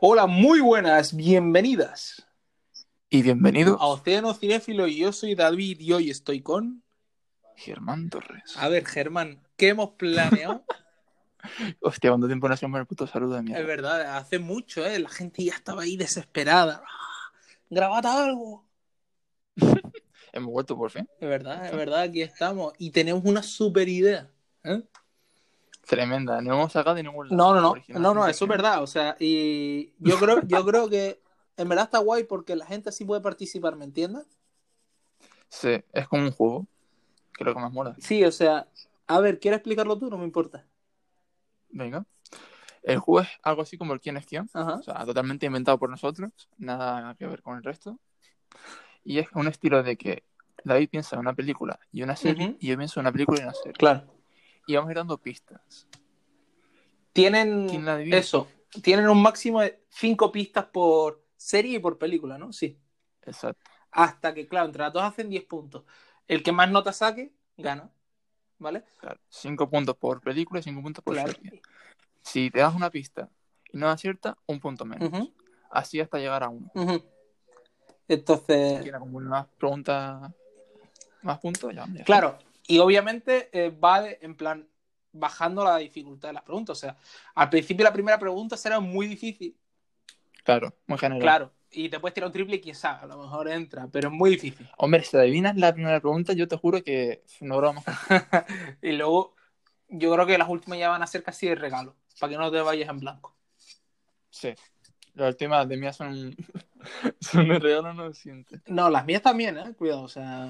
Hola, muy buenas, bienvenidas Y bienvenido, a Océano Cinéfilo. Yo soy David y hoy estoy con. Germán Torres. A ver, Germán, ¿qué hemos planeado? Hostia, cuánto tiempo no hacíamos el puto saludo de es mierda. verdad, hace mucho, ¿eh? La gente ya estaba ahí desesperada. ¡Ah! ¡Grabad algo! Hemos vuelto por fin. Es verdad, es verdad, aquí estamos. Y tenemos una super idea. ¿eh? Tremenda, no hemos sacado de ningún lado. No, no, no, Original. no, no, eso es verdad. O sea, y yo creo, yo creo que en verdad está guay porque la gente sí puede participar, ¿me entiendes? Sí, es como un juego. Creo que más mola. Sí, o sea, a ver, ¿quieres explicarlo tú? No me importa. Venga. El juego es algo así como el quién es quién. Ajá. O sea, totalmente inventado por nosotros. Nada que ver con el resto. Y es un estilo de que David piensa en una película y una serie Ujú. y yo pienso en una película y una serie. Claro. Y vamos a ir dando pistas. ¿Quién Tienen la adivina? eso, tienen un máximo de cinco pistas por serie y por película, ¿no? Sí. Exacto. Hasta que, claro, entre las dos hacen 10 puntos. El que más notas saque, gana. ¿Vale? Claro. Cinco puntos por película y cinco puntos por Claro. serie. Si te das una pista y no acierta, un punto menos. Ujú, Así hasta llegar a uno. ujú. Entonces. Quien acumule más preguntas, más puntos, ya. ya Claro, y obviamente eh, va de- en plan bajando la dificultad de las preguntas. O sea, al principio la primera pregunta será muy difícil, está. Claro, muy general. claro, y te puedes tirar un triple y quién sabe, a lo mejor entra, pero es muy difícil. Hombre, si adivinas la primera pregunta, yo te juro que no broma. Y luego yo creo que las últimas ya van a ser casi de regalo, para que no te vayas en blanco. Sí. Las últimas de mí son, son de regalo, no lo siento. No, las mías también, ¿eh? Cuidado, o sea,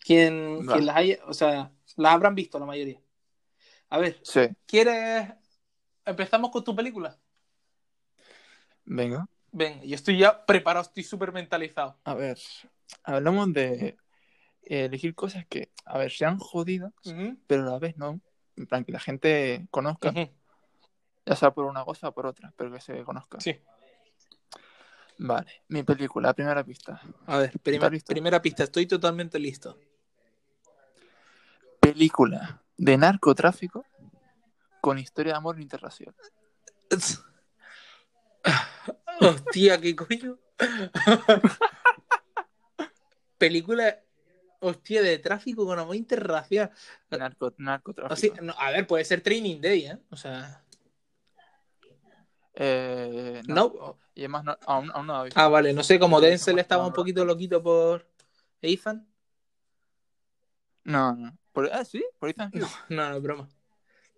quien, Vale. quien las haya, o sea, las habrán visto la mayoría. A ver, Sí, ¿quieres? Empezamos con tu película. venga. Ven, yo estoy ya preparado, estoy súper mentalizado. A ver, hablamos de elegir cosas que, a ver, sean jodidas, Ujú, pero a la vez no. En plan, que la gente conozca, ujú. ya sea por una cosa o por otra, pero que se conozca. Sí. Vale, mi película, la primera pista. A ver, ¿Estás primer- listo? primera pista, estoy totalmente listo. Película de narcotráfico con historia de amor interracial. Hostia, qué coño. Película, hostia, de tráfico con amor interracial. Narco- narcotráfico. Eh, Así- no, a ver, puede ser Training Day, ¿eh? O sea, Eh, no. no. Y además, no- aún, aún no la he visto. Ah, vale, no sé, como Sí, Denzel no, estaba no, un no. poquito loquito por Ethan. No, no. Por- ah, sí, por Ethan Hawke. No, no, no, es broma.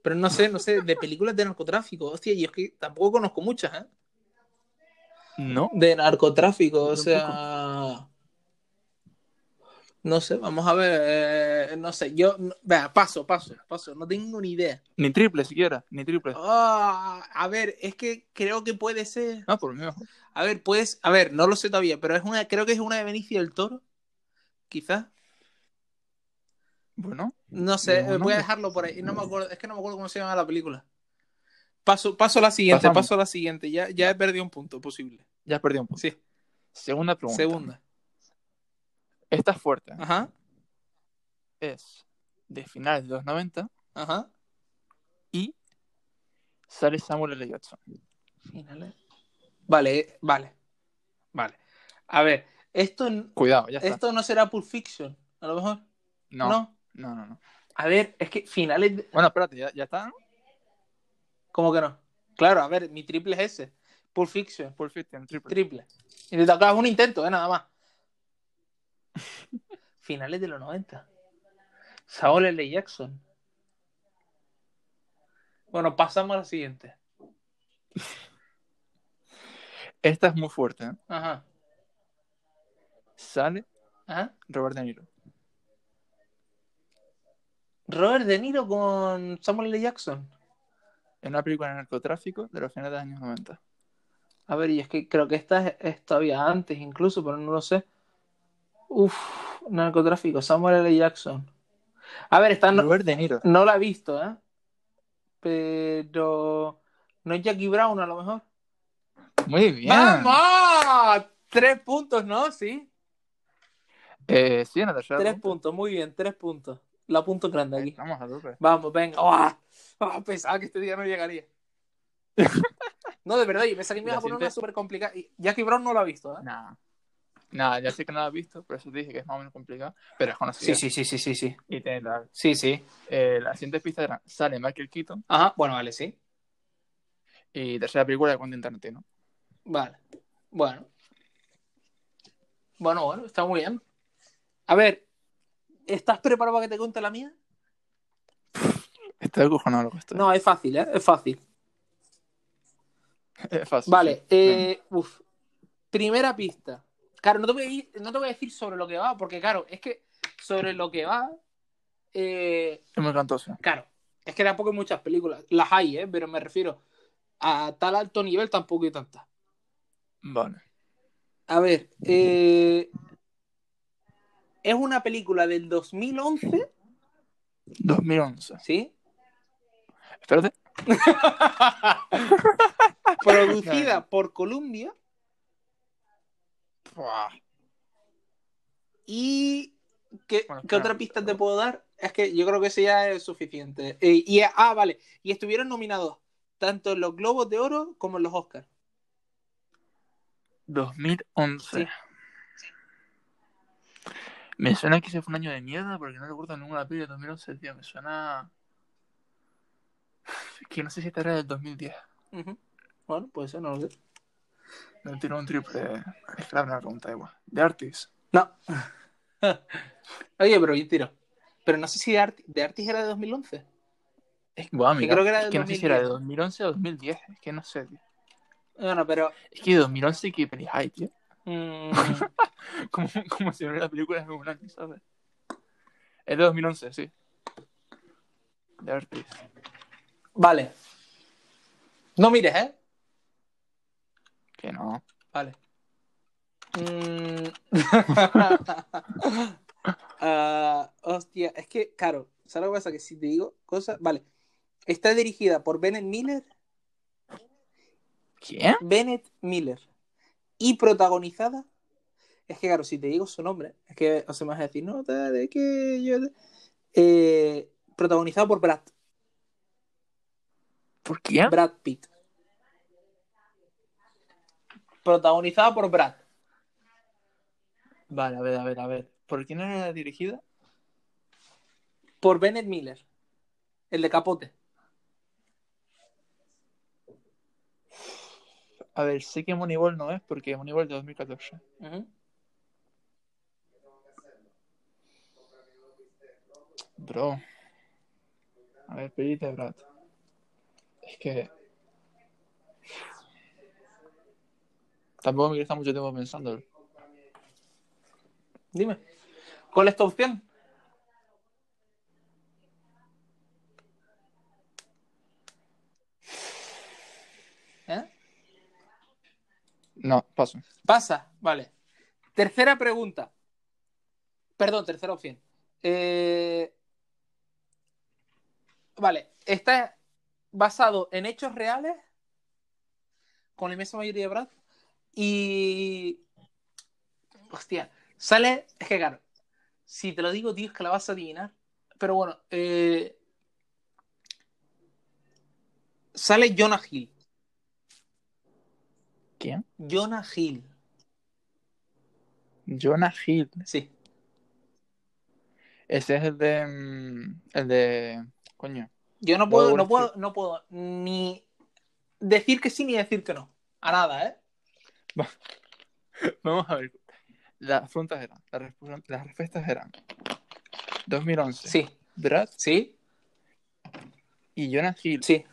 Pero no sé, no sé, de películas de narcotráfico. Hostia, y es que tampoco conozco muchas, ¿eh? No. De narcotráfico, o Tampoco. sea. No sé, vamos a ver. eh, no sé, yo. no- vea, paso, paso, paso. No tengo ni idea. Ni triple siquiera, ni triple. Ah, a ver, es que creo que puede ser. No, por mí mejor. A ver, puedes. A ver, no lo sé todavía, pero es una, creo que es una de Benicio del Toro. Quizás. Bueno, No sé, eh, Ningún voy a nombre. dejarlo por ahí. No me acuerdo, es que no me acuerdo cómo se llama la película. Paso, paso a la siguiente, Pasamos. paso a la siguiente. Ya, ya he perdido un punto posible. ya perdí un punto. Sí, Segunda pregunta. segunda. Ah. Esta es fuerte. Ajá, Es de finales de los 90 ajá. y sale Samuel L. Jackson. Finales. Vale, vale. Vale. A ver, esto, Cuidado, ya está. esto no será Pulp Fiction, a lo mejor. Este, No. No, no, no, no. A ver, es que finales. de- Bueno, espérate, ya, ya está. ¿no? ¿Cómo que no? Claro, a ver, mi triple es ese. Pulp Fiction, Pulp Fiction, triple. triple. Y te tocabas un intento, eh, nada más. Finales de los 90. Saúl L. Jackson. Bueno, pasamos a la siguiente. Esta es muy fuerte. ¿eh? Ajá. Sale Ajá. Robert De Niro. Robert De Niro con Samuel L. Jackson. en una película de narcotráfico de los finales de los años 90. A ver, y es que creo que esta es, es todavía antes incluso, pero no lo sé. Uf, narcotráfico, Samuel L. Jackson. A ver, esta Ah, no, Robert De Niro. no la he visto, ¿eh? Pero... ¿No es Jackie Brown a lo mejor? Muy bien. ¡Vamos! Tres puntos, ¿no? Sí. Eh, sí, en la tercera. Tres ronda. puntos, muy bien, tres puntos. La punto grande aquí. Vamos a tope. Vamos, venga. ¡Uah! ¡Ah! pensaba que este día no llegaría. No, de verdad, yo pensé que me ibas La a poner siguiente- una súper complicada. Y Jackie Brown no lo ha visto, ¿eh? Nada. Nada, ya sé que no la has visto, por eso te dije que es más o menos complicado, pero es conocida. sí, sí, sí, sí, sí. Y tiene la, Sí, sí. eh, la siguiente pista era, sale Michael Keaton Ajá, bueno, vale, sí. y tercera película de Quentin Tarantino. Vale. Bueno. Bueno, bueno, está muy bien. A ver, ¿estás preparado para que te cuente la mía? Estoy acojonado lo que estoy. No, es fácil, ¿eh? Es fácil. Es fácil. Vale, sí. eh, uf. primera pista. Claro, no te, voy a ir- no te voy a decir sobre lo que va, porque claro, es que sobre lo que va, eh, Es muy cantosa. claro, es que tampoco hay muchas películas, las hay, eh, pero me refiero a tal alto nivel tampoco hay tantas. Vale. A ver, eh, es una película del 2011, 2011. ¿sí? Espérate. Producida por Columbia Buah. ¿Y qué, Bueno, qué claro. otra pista te puedo dar? Es que yo creo que ese ya es suficiente. Eh, y, ah, vale. Y estuvieron nominados tanto en los Globos de Oro como en los Oscars. 2011. Sí. Me suena que ese fue un año de mierda porque no recuerdo ninguna peli de 2011, tío. Me suena. Es Que no sé si esta era del 2010. Ujú. Bueno, pues eso no lo sé. Me tiró un triple. Es que la primera pregunta, igual. De Artis. No. Oye, pero bien tiro. Pero no sé si de, Arti- de Artis era de 2011. Es que, guau, Que mira, creo que era es del que no sé si era de 2010. 2011 o 2010. Es que no sé, tío. Bueno, pero... Es que de 2011 que pelis hay, tío. mm, Como, como si no la película es un año, ¿sabes? Es de 2011, sí. De Artis. vale. No mires, ¿eh? Que no. Vale. Mm. Ah, hostia, es que, claro, ¿sabes lo que pasa? Que si te digo cosas. Vale. Está dirigida por Bennett Miller. ¿Quién? Bennett Miller. Y protagonizada. Es que, claro, si te digo su nombre, es que, o sea, me vas a decir, no, tal, de que yo. te-". Eh, protagonizada por Brad, ¿Por quién? Brad Pitt. Protagonizada por Brad. Vale, a ver, a ver, a ver. ¿Por quién era dirigida? Por Bennett Miller. El de capote. A ver, sé que Moneyball no es porque Moneyball es de 2014. Ujú. Bro. A ver, pedite, Brad. Es que. Tampoco me queda mucho tiempo pensando. Dime. ¿Cuál es tu opción? ¿Eh? No, paso. Pasa, vale. Tercera pregunta. Perdón, tercera opción. Eh, Vale, está basado en hechos reales, con la inmensa mayoría de Brad, y... Hostia, sale... Es que claro, si te lo digo, tío, es que la vas a adivinar. Pero bueno, eh, sale Jonah Hill. ¿Quién? Jonah Hill, Jonah Hill. sí. Ese es el de. mm, El de. Coño. Yo no Muy puedo, no buenas, puedo, no puedo ni decir que sí ni decir que no. A nada, ¿eh? Vamos a ver. Las preguntas eran. Las, respu- las respuestas eran. 2011. Sí, Brad sí, y Jonah Hill. sí.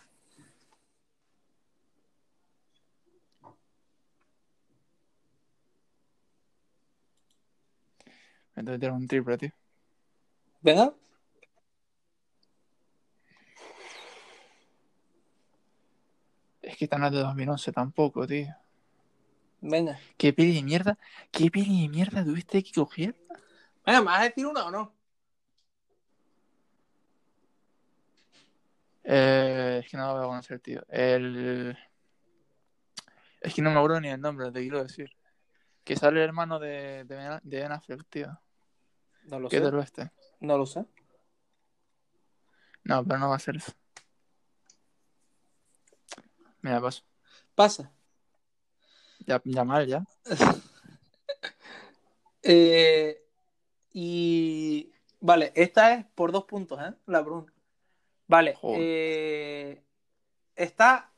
Entonces tirar un triple, tío. ¿Venga? Es que esta no es de 2011 tampoco, tío. Venga. ¿Qué peli de mierda? ¿Qué peli de mierda tuviste que coger? Venga, ¿me vas a decir una o no? Eh, es que no la voy a conocer, tío. El... Es que no me acuerdo ni el nombre, te quiero decir. Que sale el hermano de, de, Ben- de Ben Affleck, tío. No lo Que es del oeste. No lo sé. No, pero no va a ser eso. Mira, paso. Pasa. Ya, ya mal, ya. Eh, y. Vale, esta es por dos puntos, ¿eh? La pregunta. Vale. Joder. eh, está.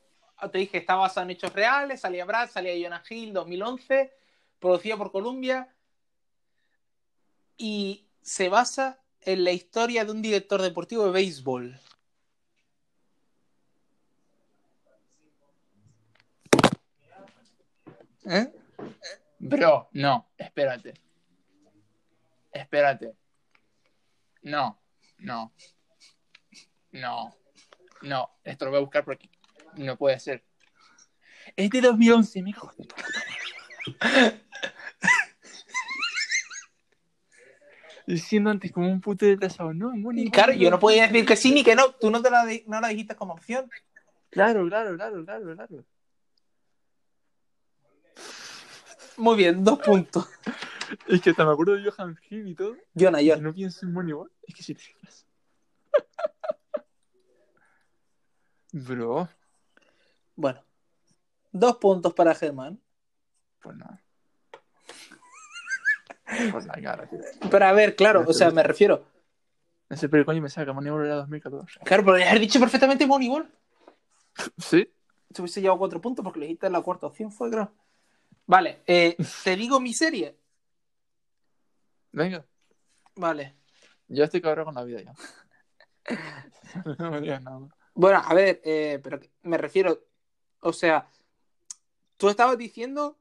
Te dije, está basado en hechos reales. Salía Brad, salía Jonah Hill, 2011. Producido por Columbia. Y se basa en la historia de un director deportivo de béisbol. ¿Eh? Bro, no, espérate. Espérate. No, no. No, no. Esto lo voy a buscar porque no puede ser. Es de 2011, me cago en tu puta madre. Diciendo antes como un puto retrasado, no, Moni, Claro, Moni, yo no Moni. podía decir que sí ni que no. Tú no, te la, di- no la dijiste como opción. Claro, claro, claro, claro, claro. Muy bien, dos puntos. Es que hasta me acuerdo de Johan Hill y todo. Jonah, y Jonah. No pienso en Moneyball. Es que sí te pasa. Bro, Bueno, dos puntos para Germán. pues nada. Por la cara, tío. Pero a ver, claro, o sea, me refiero. No sé, pero coño me saca. Moneyball era 2014. Claro, pero has dicho perfectamente Moneyball. ¿Sí? Te hubiese llevado cuatro puntos porque le dijiste la cuarta opción, fue creo. Vale, eh, te digo mi serie. Venga, Vale. yo estoy cabrón con la vida ya. no me digas nada. más. Bueno, a ver, eh, pero me refiero. O sea, tú estabas diciendo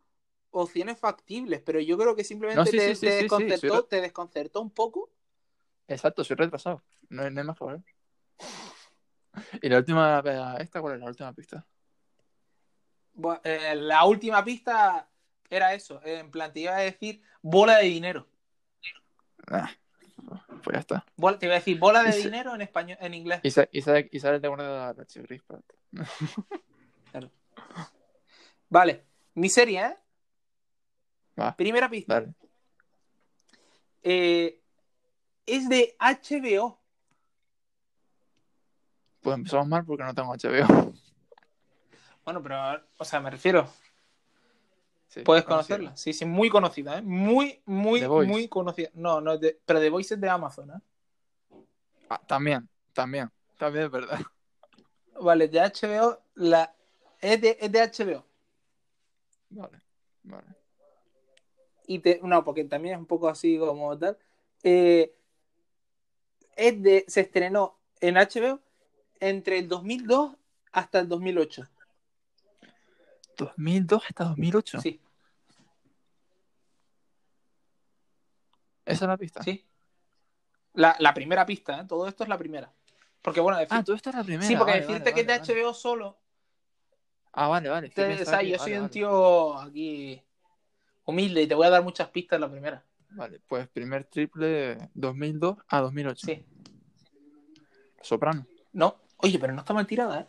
opciones factibles, pero yo creo que simplemente No, sí, te, sí, sí, te sí, sí, desconcertó, soy- te desconcertó un poco. Exacto, soy retrasado. No, hay- no hay más que hablar. ¿Y la última. ¿Esta cuál es la última pista? Bu- eh, la última pista era eso. En plan, te iba a decir bola de dinero. Nah, Ah, pues ya está. Bola- te iba a decir bola de Ese- dinero en español, en inglés. Y, sa- y, sale, y sale el de guarda de la chispa. Vale, mi serie, ¿eh? Va, Primera pista. dale. Eh, es de HBO. Pues empezamos mal porque no tengo HBO. Bueno, pero, o sea, me refiero. Sí, Puedes conocido. conocerla. Sí, sí, muy conocida, ¿eh? Muy, muy, The Voice. muy conocida. No, no, es de- pero The Voice es de Amazon, ¿eh? Ah, también, también, también es verdad. Vale, de HBO, la... es, de, es de HBO. Vale, vale. y te, no, porque también es un poco así como tal. Eh, es de, se estrenó en HBO entre el 2002 hasta el 2008. 2002 hasta 2008. Sí, Esa es la pista. sí. La, la primera pista, ¿eh? todo esto es la primera. Porque bueno, decir- Ah, tú esta es la primera. sí, porque vale, decirte vale, que vale, es de HBO solo, vale. Ah, vale, vale. es que te- pensaba ¿sabes? que- yo vale, soy un vale. tío aquí humilde y te voy a dar muchas pistas en la primera. Vale, pues primer triple 2002 a 2008. Sí. Soprano. No, oye, pero no está mal tirada, ¿eh?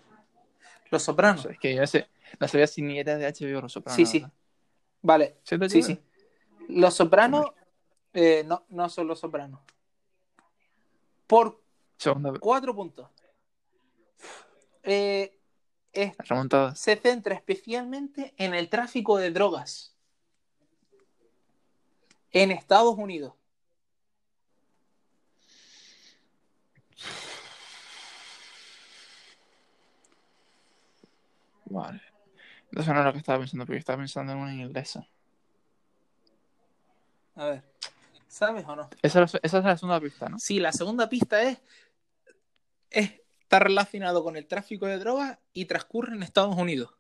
Los Sopranos. O sea, es que yo no sé, no sabía si ni era de HBO o Soprano. Sí, la sí. verdad. Vale, ¿Sí es de sí, HBO? sí. Los Sopranos eh, no, no son los Sopranos. Por Segunda cuatro puntos. Eh, es- remontada. se centra especialmente en el tráfico de drogas en Estados Unidos. Vale. Eso no era lo que estaba pensando, porque estaba pensando en una inglesa. A ver, ¿sabes o no? Esa, era- esa es la segunda pista, ¿no? Sí, la segunda pista es, es- está relacionado con el tráfico de drogas y transcurre en Estados Unidos.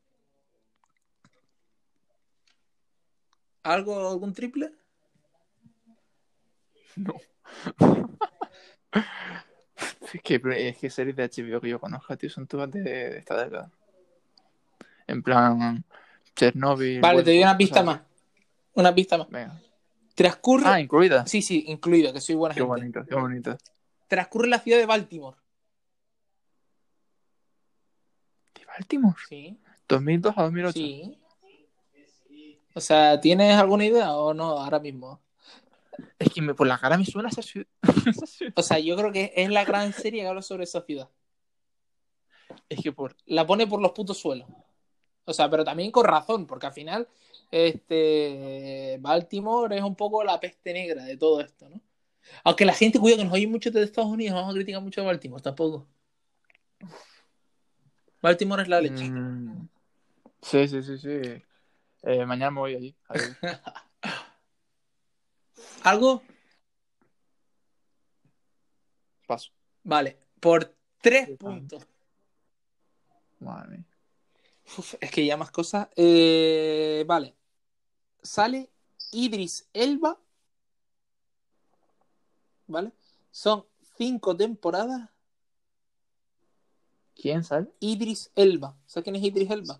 ¿Algo, algún triple? Es que, es que series de HBO que yo conozco, tío, son todas de, de esta década. En plan, Chernobyl. Vale, Westworld, te doy una pista cosas más. Una pista más. así. Venga. Transcurre. Ah, incluida. Sí, sí, incluido, que soy buena Qué gente. bonito, qué bonito. Transcurre en la ciudad de Baltimore. ¿De Baltimore? Sí. 2002 a 2008. Sí. O sea, ¿tienes alguna idea o no ahora mismo? Es que me- por la cara me suena esa ciudad. esa ciudad. O sea, yo creo que es la gran serie que habla sobre esa ciudad. Es que por. La pone por los putos suelos. O sea, pero también con razón, porque al final este Baltimore es un poco la peste negra de todo esto, ¿no? Aunque la gente, cuidado, que nos oye mucho de Estados Unidos, vamos a criticar mucho a Baltimore, tampoco. Baltimore es la leche. Mm. Sí, sí, sí, sí. Eh, mañana me voy allí. a ver. ¿Algo? Paso. Vale, por tres Sí, ah. también. puntos. Madre mía. Uf, es que ya más cosas. Eh, vale. Sale Idris Elba. ¿Vale? Son cinco temporadas. ¿Quién sale? Idris Elba. ¿Sabes quién es Idris Elba?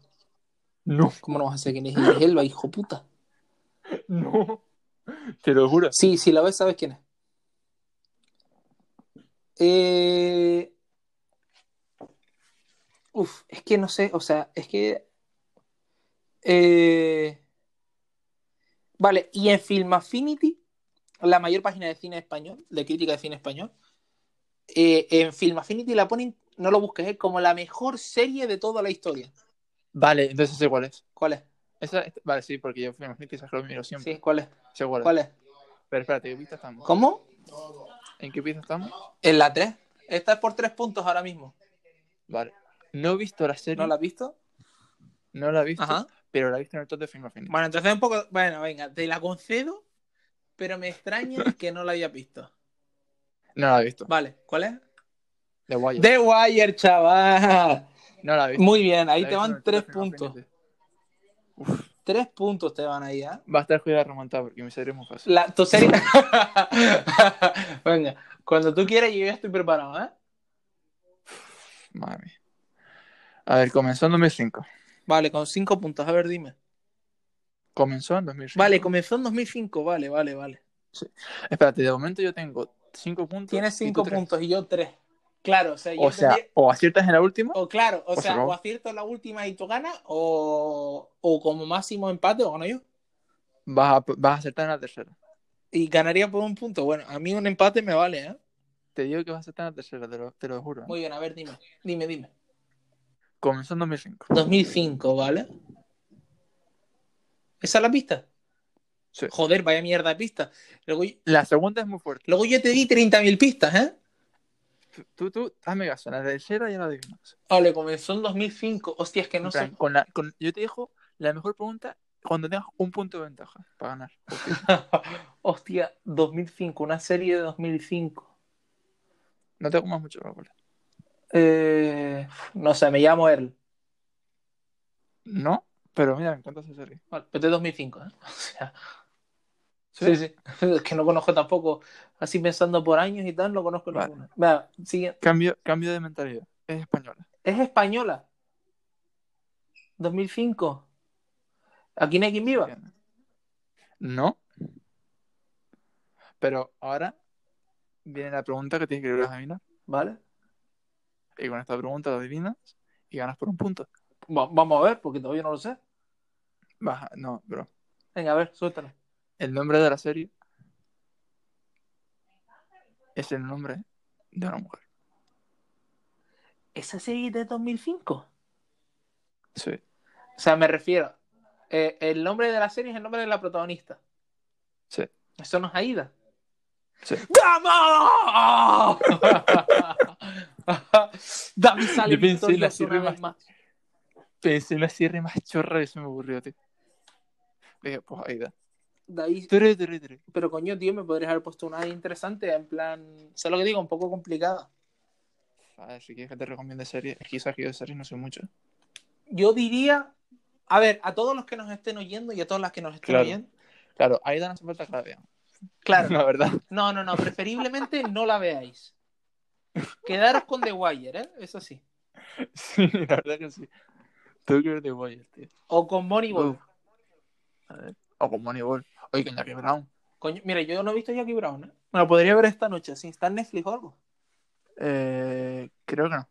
No, ¿Cómo no vas a saber quién es Idris Elba, hijo puta? no. Te lo juro. Sí, si la ves, sabes quién es. Eh, Uf, es que no sé, o sea, es que. eh, Vale, y en Film Affinity, la mayor página de cine español, de crítica de cine español, eh, en Film Affinity la ponen, no lo busques, eh, como la mejor serie de toda la historia. Vale, entonces sé cuál es. ¿Cuál es? Esa, esta- vale, sí, porque yo me imagino que esa lo miro siempre. Sí, ¿cuál es? Sé cuál es. ¿Cuál es? Pero espérate, ¿qué pista estamos? ¿Cómo? ¿En qué pista estamos? En la 3. Esta es por 3 puntos ahora mismo. Vale. No he visto la serie, ¿No la has visto? no la he visto, Ajá. pero la he visto en el top de Film Affinity. Bueno, entonces un poco. Bueno, venga, te la concedo, pero me extraña que no la hayas visto. No la he visto. Vale, ¿cuál es? The Wire. The Wire, chaval. No la he visto. Muy bien, ahí La he te visto en van el top de tres Film puntos. Affinity. Uf, Tres puntos te van ahí, ¿ah? va a estar cuidado remontada porque mi serie es muy fácil. La, tu serie. venga, cuando tú quieras, yo ya estoy preparado, ¿eh? Madre mía. A ver, comenzó en 2005. Vale, con cinco puntos, a ver, dime. Comenzó en 2005. Vale, comenzó en 2005, vale, vale, vale. Espérate, de momento yo tengo 5 puntos. Tienes y tú cinco tres. puntos y yo tres. Claro, o sea, yo O sea, tendría- o aciertas en la última. O claro, o, O sea, sea, Pues no. o acierto en la última y tú ganas, o, o como máximo empate, o gano yo. vas a, vas a acertar en la tercera. Y ganaría por un punto. Bueno, a mí un empate me vale, ¿eh? Te digo que vas a acertar en la tercera, te lo, te lo juro. ¿eh? Muy bien, a ver, dime, dime, dime. Comenzó en 2005. 2005, ¿vale? ¿Esa es la pista? Sí. Joder, vaya mierda de pista. Luego, yo- La segunda es muy fuerte. luego yo te di 30.000 pistas, ¿eh? Tú, tú, hazme caso. La tercera ya la adivinas. Vale, comenzó en 2005. Hostia, es que En no plan, sé. con la- con- yo te digo la mejor pregunta cuando tengas un punto de ventaja para ganar. Hostia, 2005, una serie de 2005. No te comas mucho la bola. Eh, no sé, me llamo Earl. No, pero mira, me encanta esa serie. Vale, pero es de 2005, ¿eh? O sea, ¿Sí? Sí, sí. Es que no conozco tampoco, así pensando por años y tal, no conozco Vale. ninguna. Vea, siguiente. Cambio, cambio de mentalidad. Es española. Es española. 2005. ¿Aquí no hay quien viva? Entiendo. No. Pero ahora viene la pregunta que tienes que adivinar. ¿Vale? Y con esta pregunta la adivinas y ganas por un punto. Va- vamos a ver, porque todavía no lo sé. Baja, no, bro. Venga, a ver, suéltalo. El nombre de la serie es el nombre de una mujer. ¿Esa serie es de 2005? Sí. O sea, me refiero. eh, el nombre de la serie es el nombre de la protagonista. Sí. Eso no es Aida. Sí. ¡Vamos! David sale Yo pensé en la victorioso serie una vez más- más. Pensé en la serie más chorra que se me ocurrió, tío. Dije, pues ahí da. David Tere, tere, tere. Pero coño, tío, me podrías haber puesto una interesante, en plan, sé lo que digo, un poco complicada. A ver, si quieres Ah, que te recomiende series, es que quizás que yo de series no sé mucho. Yo diría, a ver, a todos los que nos estén oyendo y a todas las que nos estén Claro. oyendo, Claro, Aida no hace falta que la vean. claro, La verdad. no, no, no, preferiblemente no la veáis. Quedaros con The Wire, ¿eh? Eso sí. Sí, la verdad que sí. Tengo que ver The Wire, tío. O con Moneyball. Uf. A ver. O con Moneyball. Oye, con Jackie Brown. Coño, mira, yo no he visto Jackie Brown, ¿eh? Bueno, podría ver esta noche, si está en Netflix o algo. Eh, creo que no.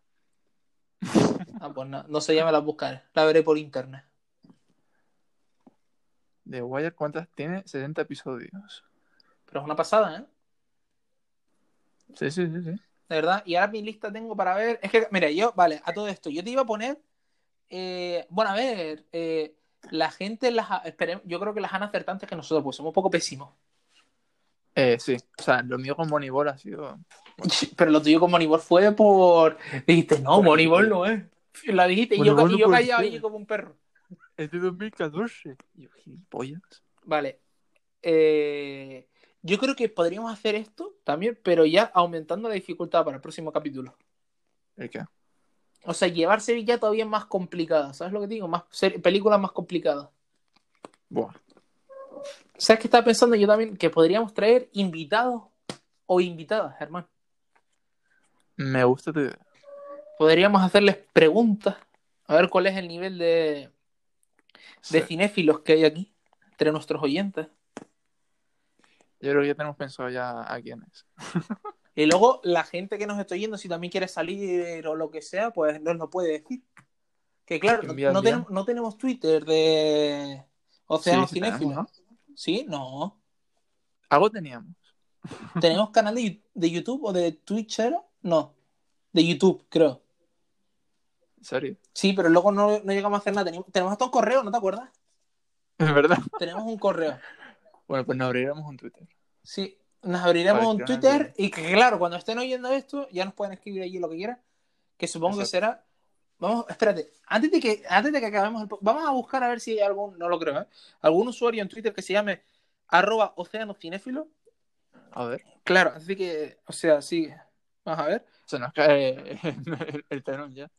Ah, pues no, no sé, ya me la buscaré, la veré por internet. The Wire, ¿cuántas tiene? 70 episodios. Pero es una pasada, ¿eh? Sí, sí, sí, sí. De verdad, y ahora mi lista tengo para ver. Es que, mira, yo, vale, a todo esto, yo te iba a poner eh, bueno, a ver, eh, la gente las ha- espere- yo creo que las han acertado antes que nosotros, pues somos un poco pésimos. Eh, sí, o sea, lo mío con Moneyball ha sido. Pero lo tuyo con Moneyball fue por. Dijiste, no, Moneyball no es. La dijiste y yo, Moneyball y no yo puede callado ser. allí como un perro. Es de 2014. Yo, gilipollas. Vale. Eh, yo creo que podríamos hacer esto también, pero ya aumentando la dificultad para el próximo capítulo. ¿El qué? O sea, llevar Sevilla todavía más complicada. ¿Sabes lo que te digo? Más ser- películas más complicadas. Buah. ¿Sabes qué estaba pensando yo también? Que podríamos traer invitados o invitadas, hermano. Me gusta tu idea. Podríamos hacerles preguntas. A ver cuál es el nivel de, de Sí. cinéfilos que hay aquí entre nuestros oyentes. Yo creo que ya tenemos pensado ya a quién es. Y luego la gente que nos está oyendo, si también quiere salir o lo que sea, pues nos lo puede decir. Que claro, no, Envía, no envía. tenemos, no tenemos Twitter de Océano sí Cinéfilo. tenemos, Sí, no. ¿no? Algo teníamos. ¿Tenemos canal de, Yu- de YouTube o de Twitch? era? No. De YouTube, creo. ¿En serio? Sí, pero luego no, no llegamos a hacer nada. Tenim- Tenemos hasta un correo, ¿no te acuerdas? ¿En verdad? Tenemos un correo. Bueno, pues nos abriéramos un Twitter. Sí, nos abriremos Para un escribir Twitter y que, claro, cuando estén oyendo esto, ya nos pueden escribir allí lo que quieran, que supongo que Exacto. será... Vamos, espérate, antes de que, antes de que acabemos el... po- Vamos a buscar a ver si hay algún, no lo creo, ¿eh? Algún usuario en Twitter que se llame arroba océano cinéfilo. A ver. Claro, así que, o sea, sí, vamos a ver. Se nos cae el, el telón ya.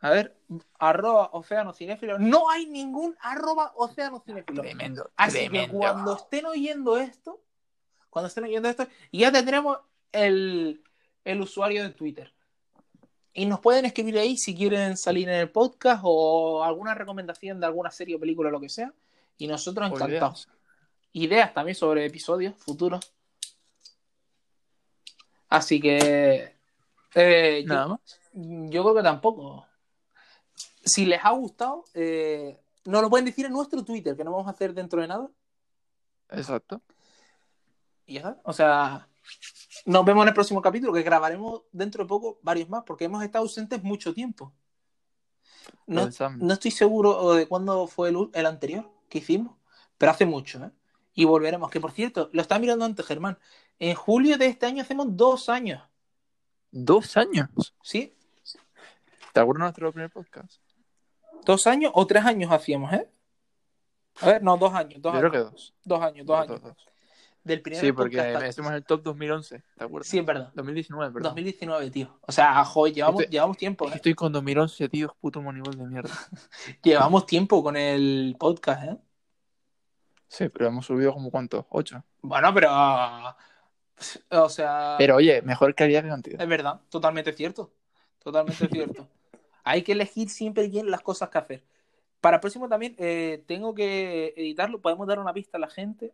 A ver, arroba océano cinéfilo. No hay ningún arroba océano cinéfilo. Tremendo. Así que tremendo. cuando estén oyendo esto, cuando estén oyendo esto, ya tendremos el, el usuario de Twitter. Y nos pueden escribir ahí si quieren salir en el podcast o alguna recomendación de alguna serie o película, lo que sea. Y nosotros Olvidemos. encantados. Ideas. también sobre episodios futuros. Así que. eh, yo- Nada más. yo creo que tampoco. Si les ha gustado, eh, nos lo pueden decir en nuestro Twitter, que no vamos a hacer dentro de nada. Exacto. Y ya está. O sea, nos vemos en el próximo capítulo, que grabaremos dentro de poco varios más, porque hemos estado ausentes mucho tiempo. Lo No, pensamos. no estoy seguro de cuándo fue el, ul- el anterior que hicimos, pero hace mucho, ¿eh? Y volveremos. Que por cierto, lo estaba mirando antes, Germán. En julio de este año hacemos dos años, Dos años. ¿sí? ¿Te acuerdas de nuestro primer podcast? Dos años o tres años hacíamos, ¿eh? A ver, no, dos años, dos Yo años. creo que dos. Dos años, dos Dos, años. dos, dos. Del primer Sí, porque podcast. hicimos el top 2011. ¿Te acuerdas? Sí, es verdad. 2019, perdón. Este- 2019, tío. O sea, joder, llevamos, Estoy- llevamos tiempo, Es que ¿eh? estoy con 2011, tío. Puto monibol de mierda. Llevamos tiempo con el podcast, ¿eh? Sí, pero hemos subido como cuántos? Ocho. Bueno, pero. O sea. Pero oye, mejor calidad que cantidad. Es verdad, totalmente cierto. Totalmente cierto. Hay que elegir siempre bien las cosas que hacer. Para el próximo también eh, tengo que editarlo. Podemos dar una pista a la gente.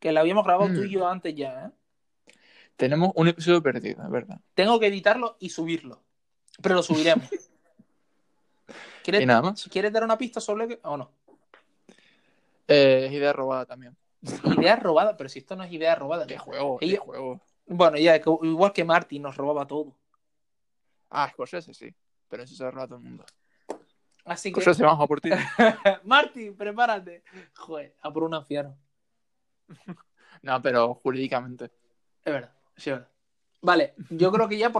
Que la habíamos grabado Mm. tú y yo antes ya, ¿eh? Tenemos un episodio perdido, es verdad. Tengo que editarlo y subirlo. Pero lo subiremos. Y ¿Quieres, nada más. ¿Quieres dar una pista sobre qué? o no? Eh, es idea robada también. Idea robada, pero si esto no es idea robada. De juego, Y- de juego. Bueno, ya, que- igual que Marty nos robaba todo. Ah, Scorsese sí. Pero eso se roba a todo el mundo. Así que, Scorsese, vamos a por ti. Marty, prepárate. Joder, a por un anciano. No, pero jurídicamente. Es verdad, sí, es verdad. Vale, yo creo que ya por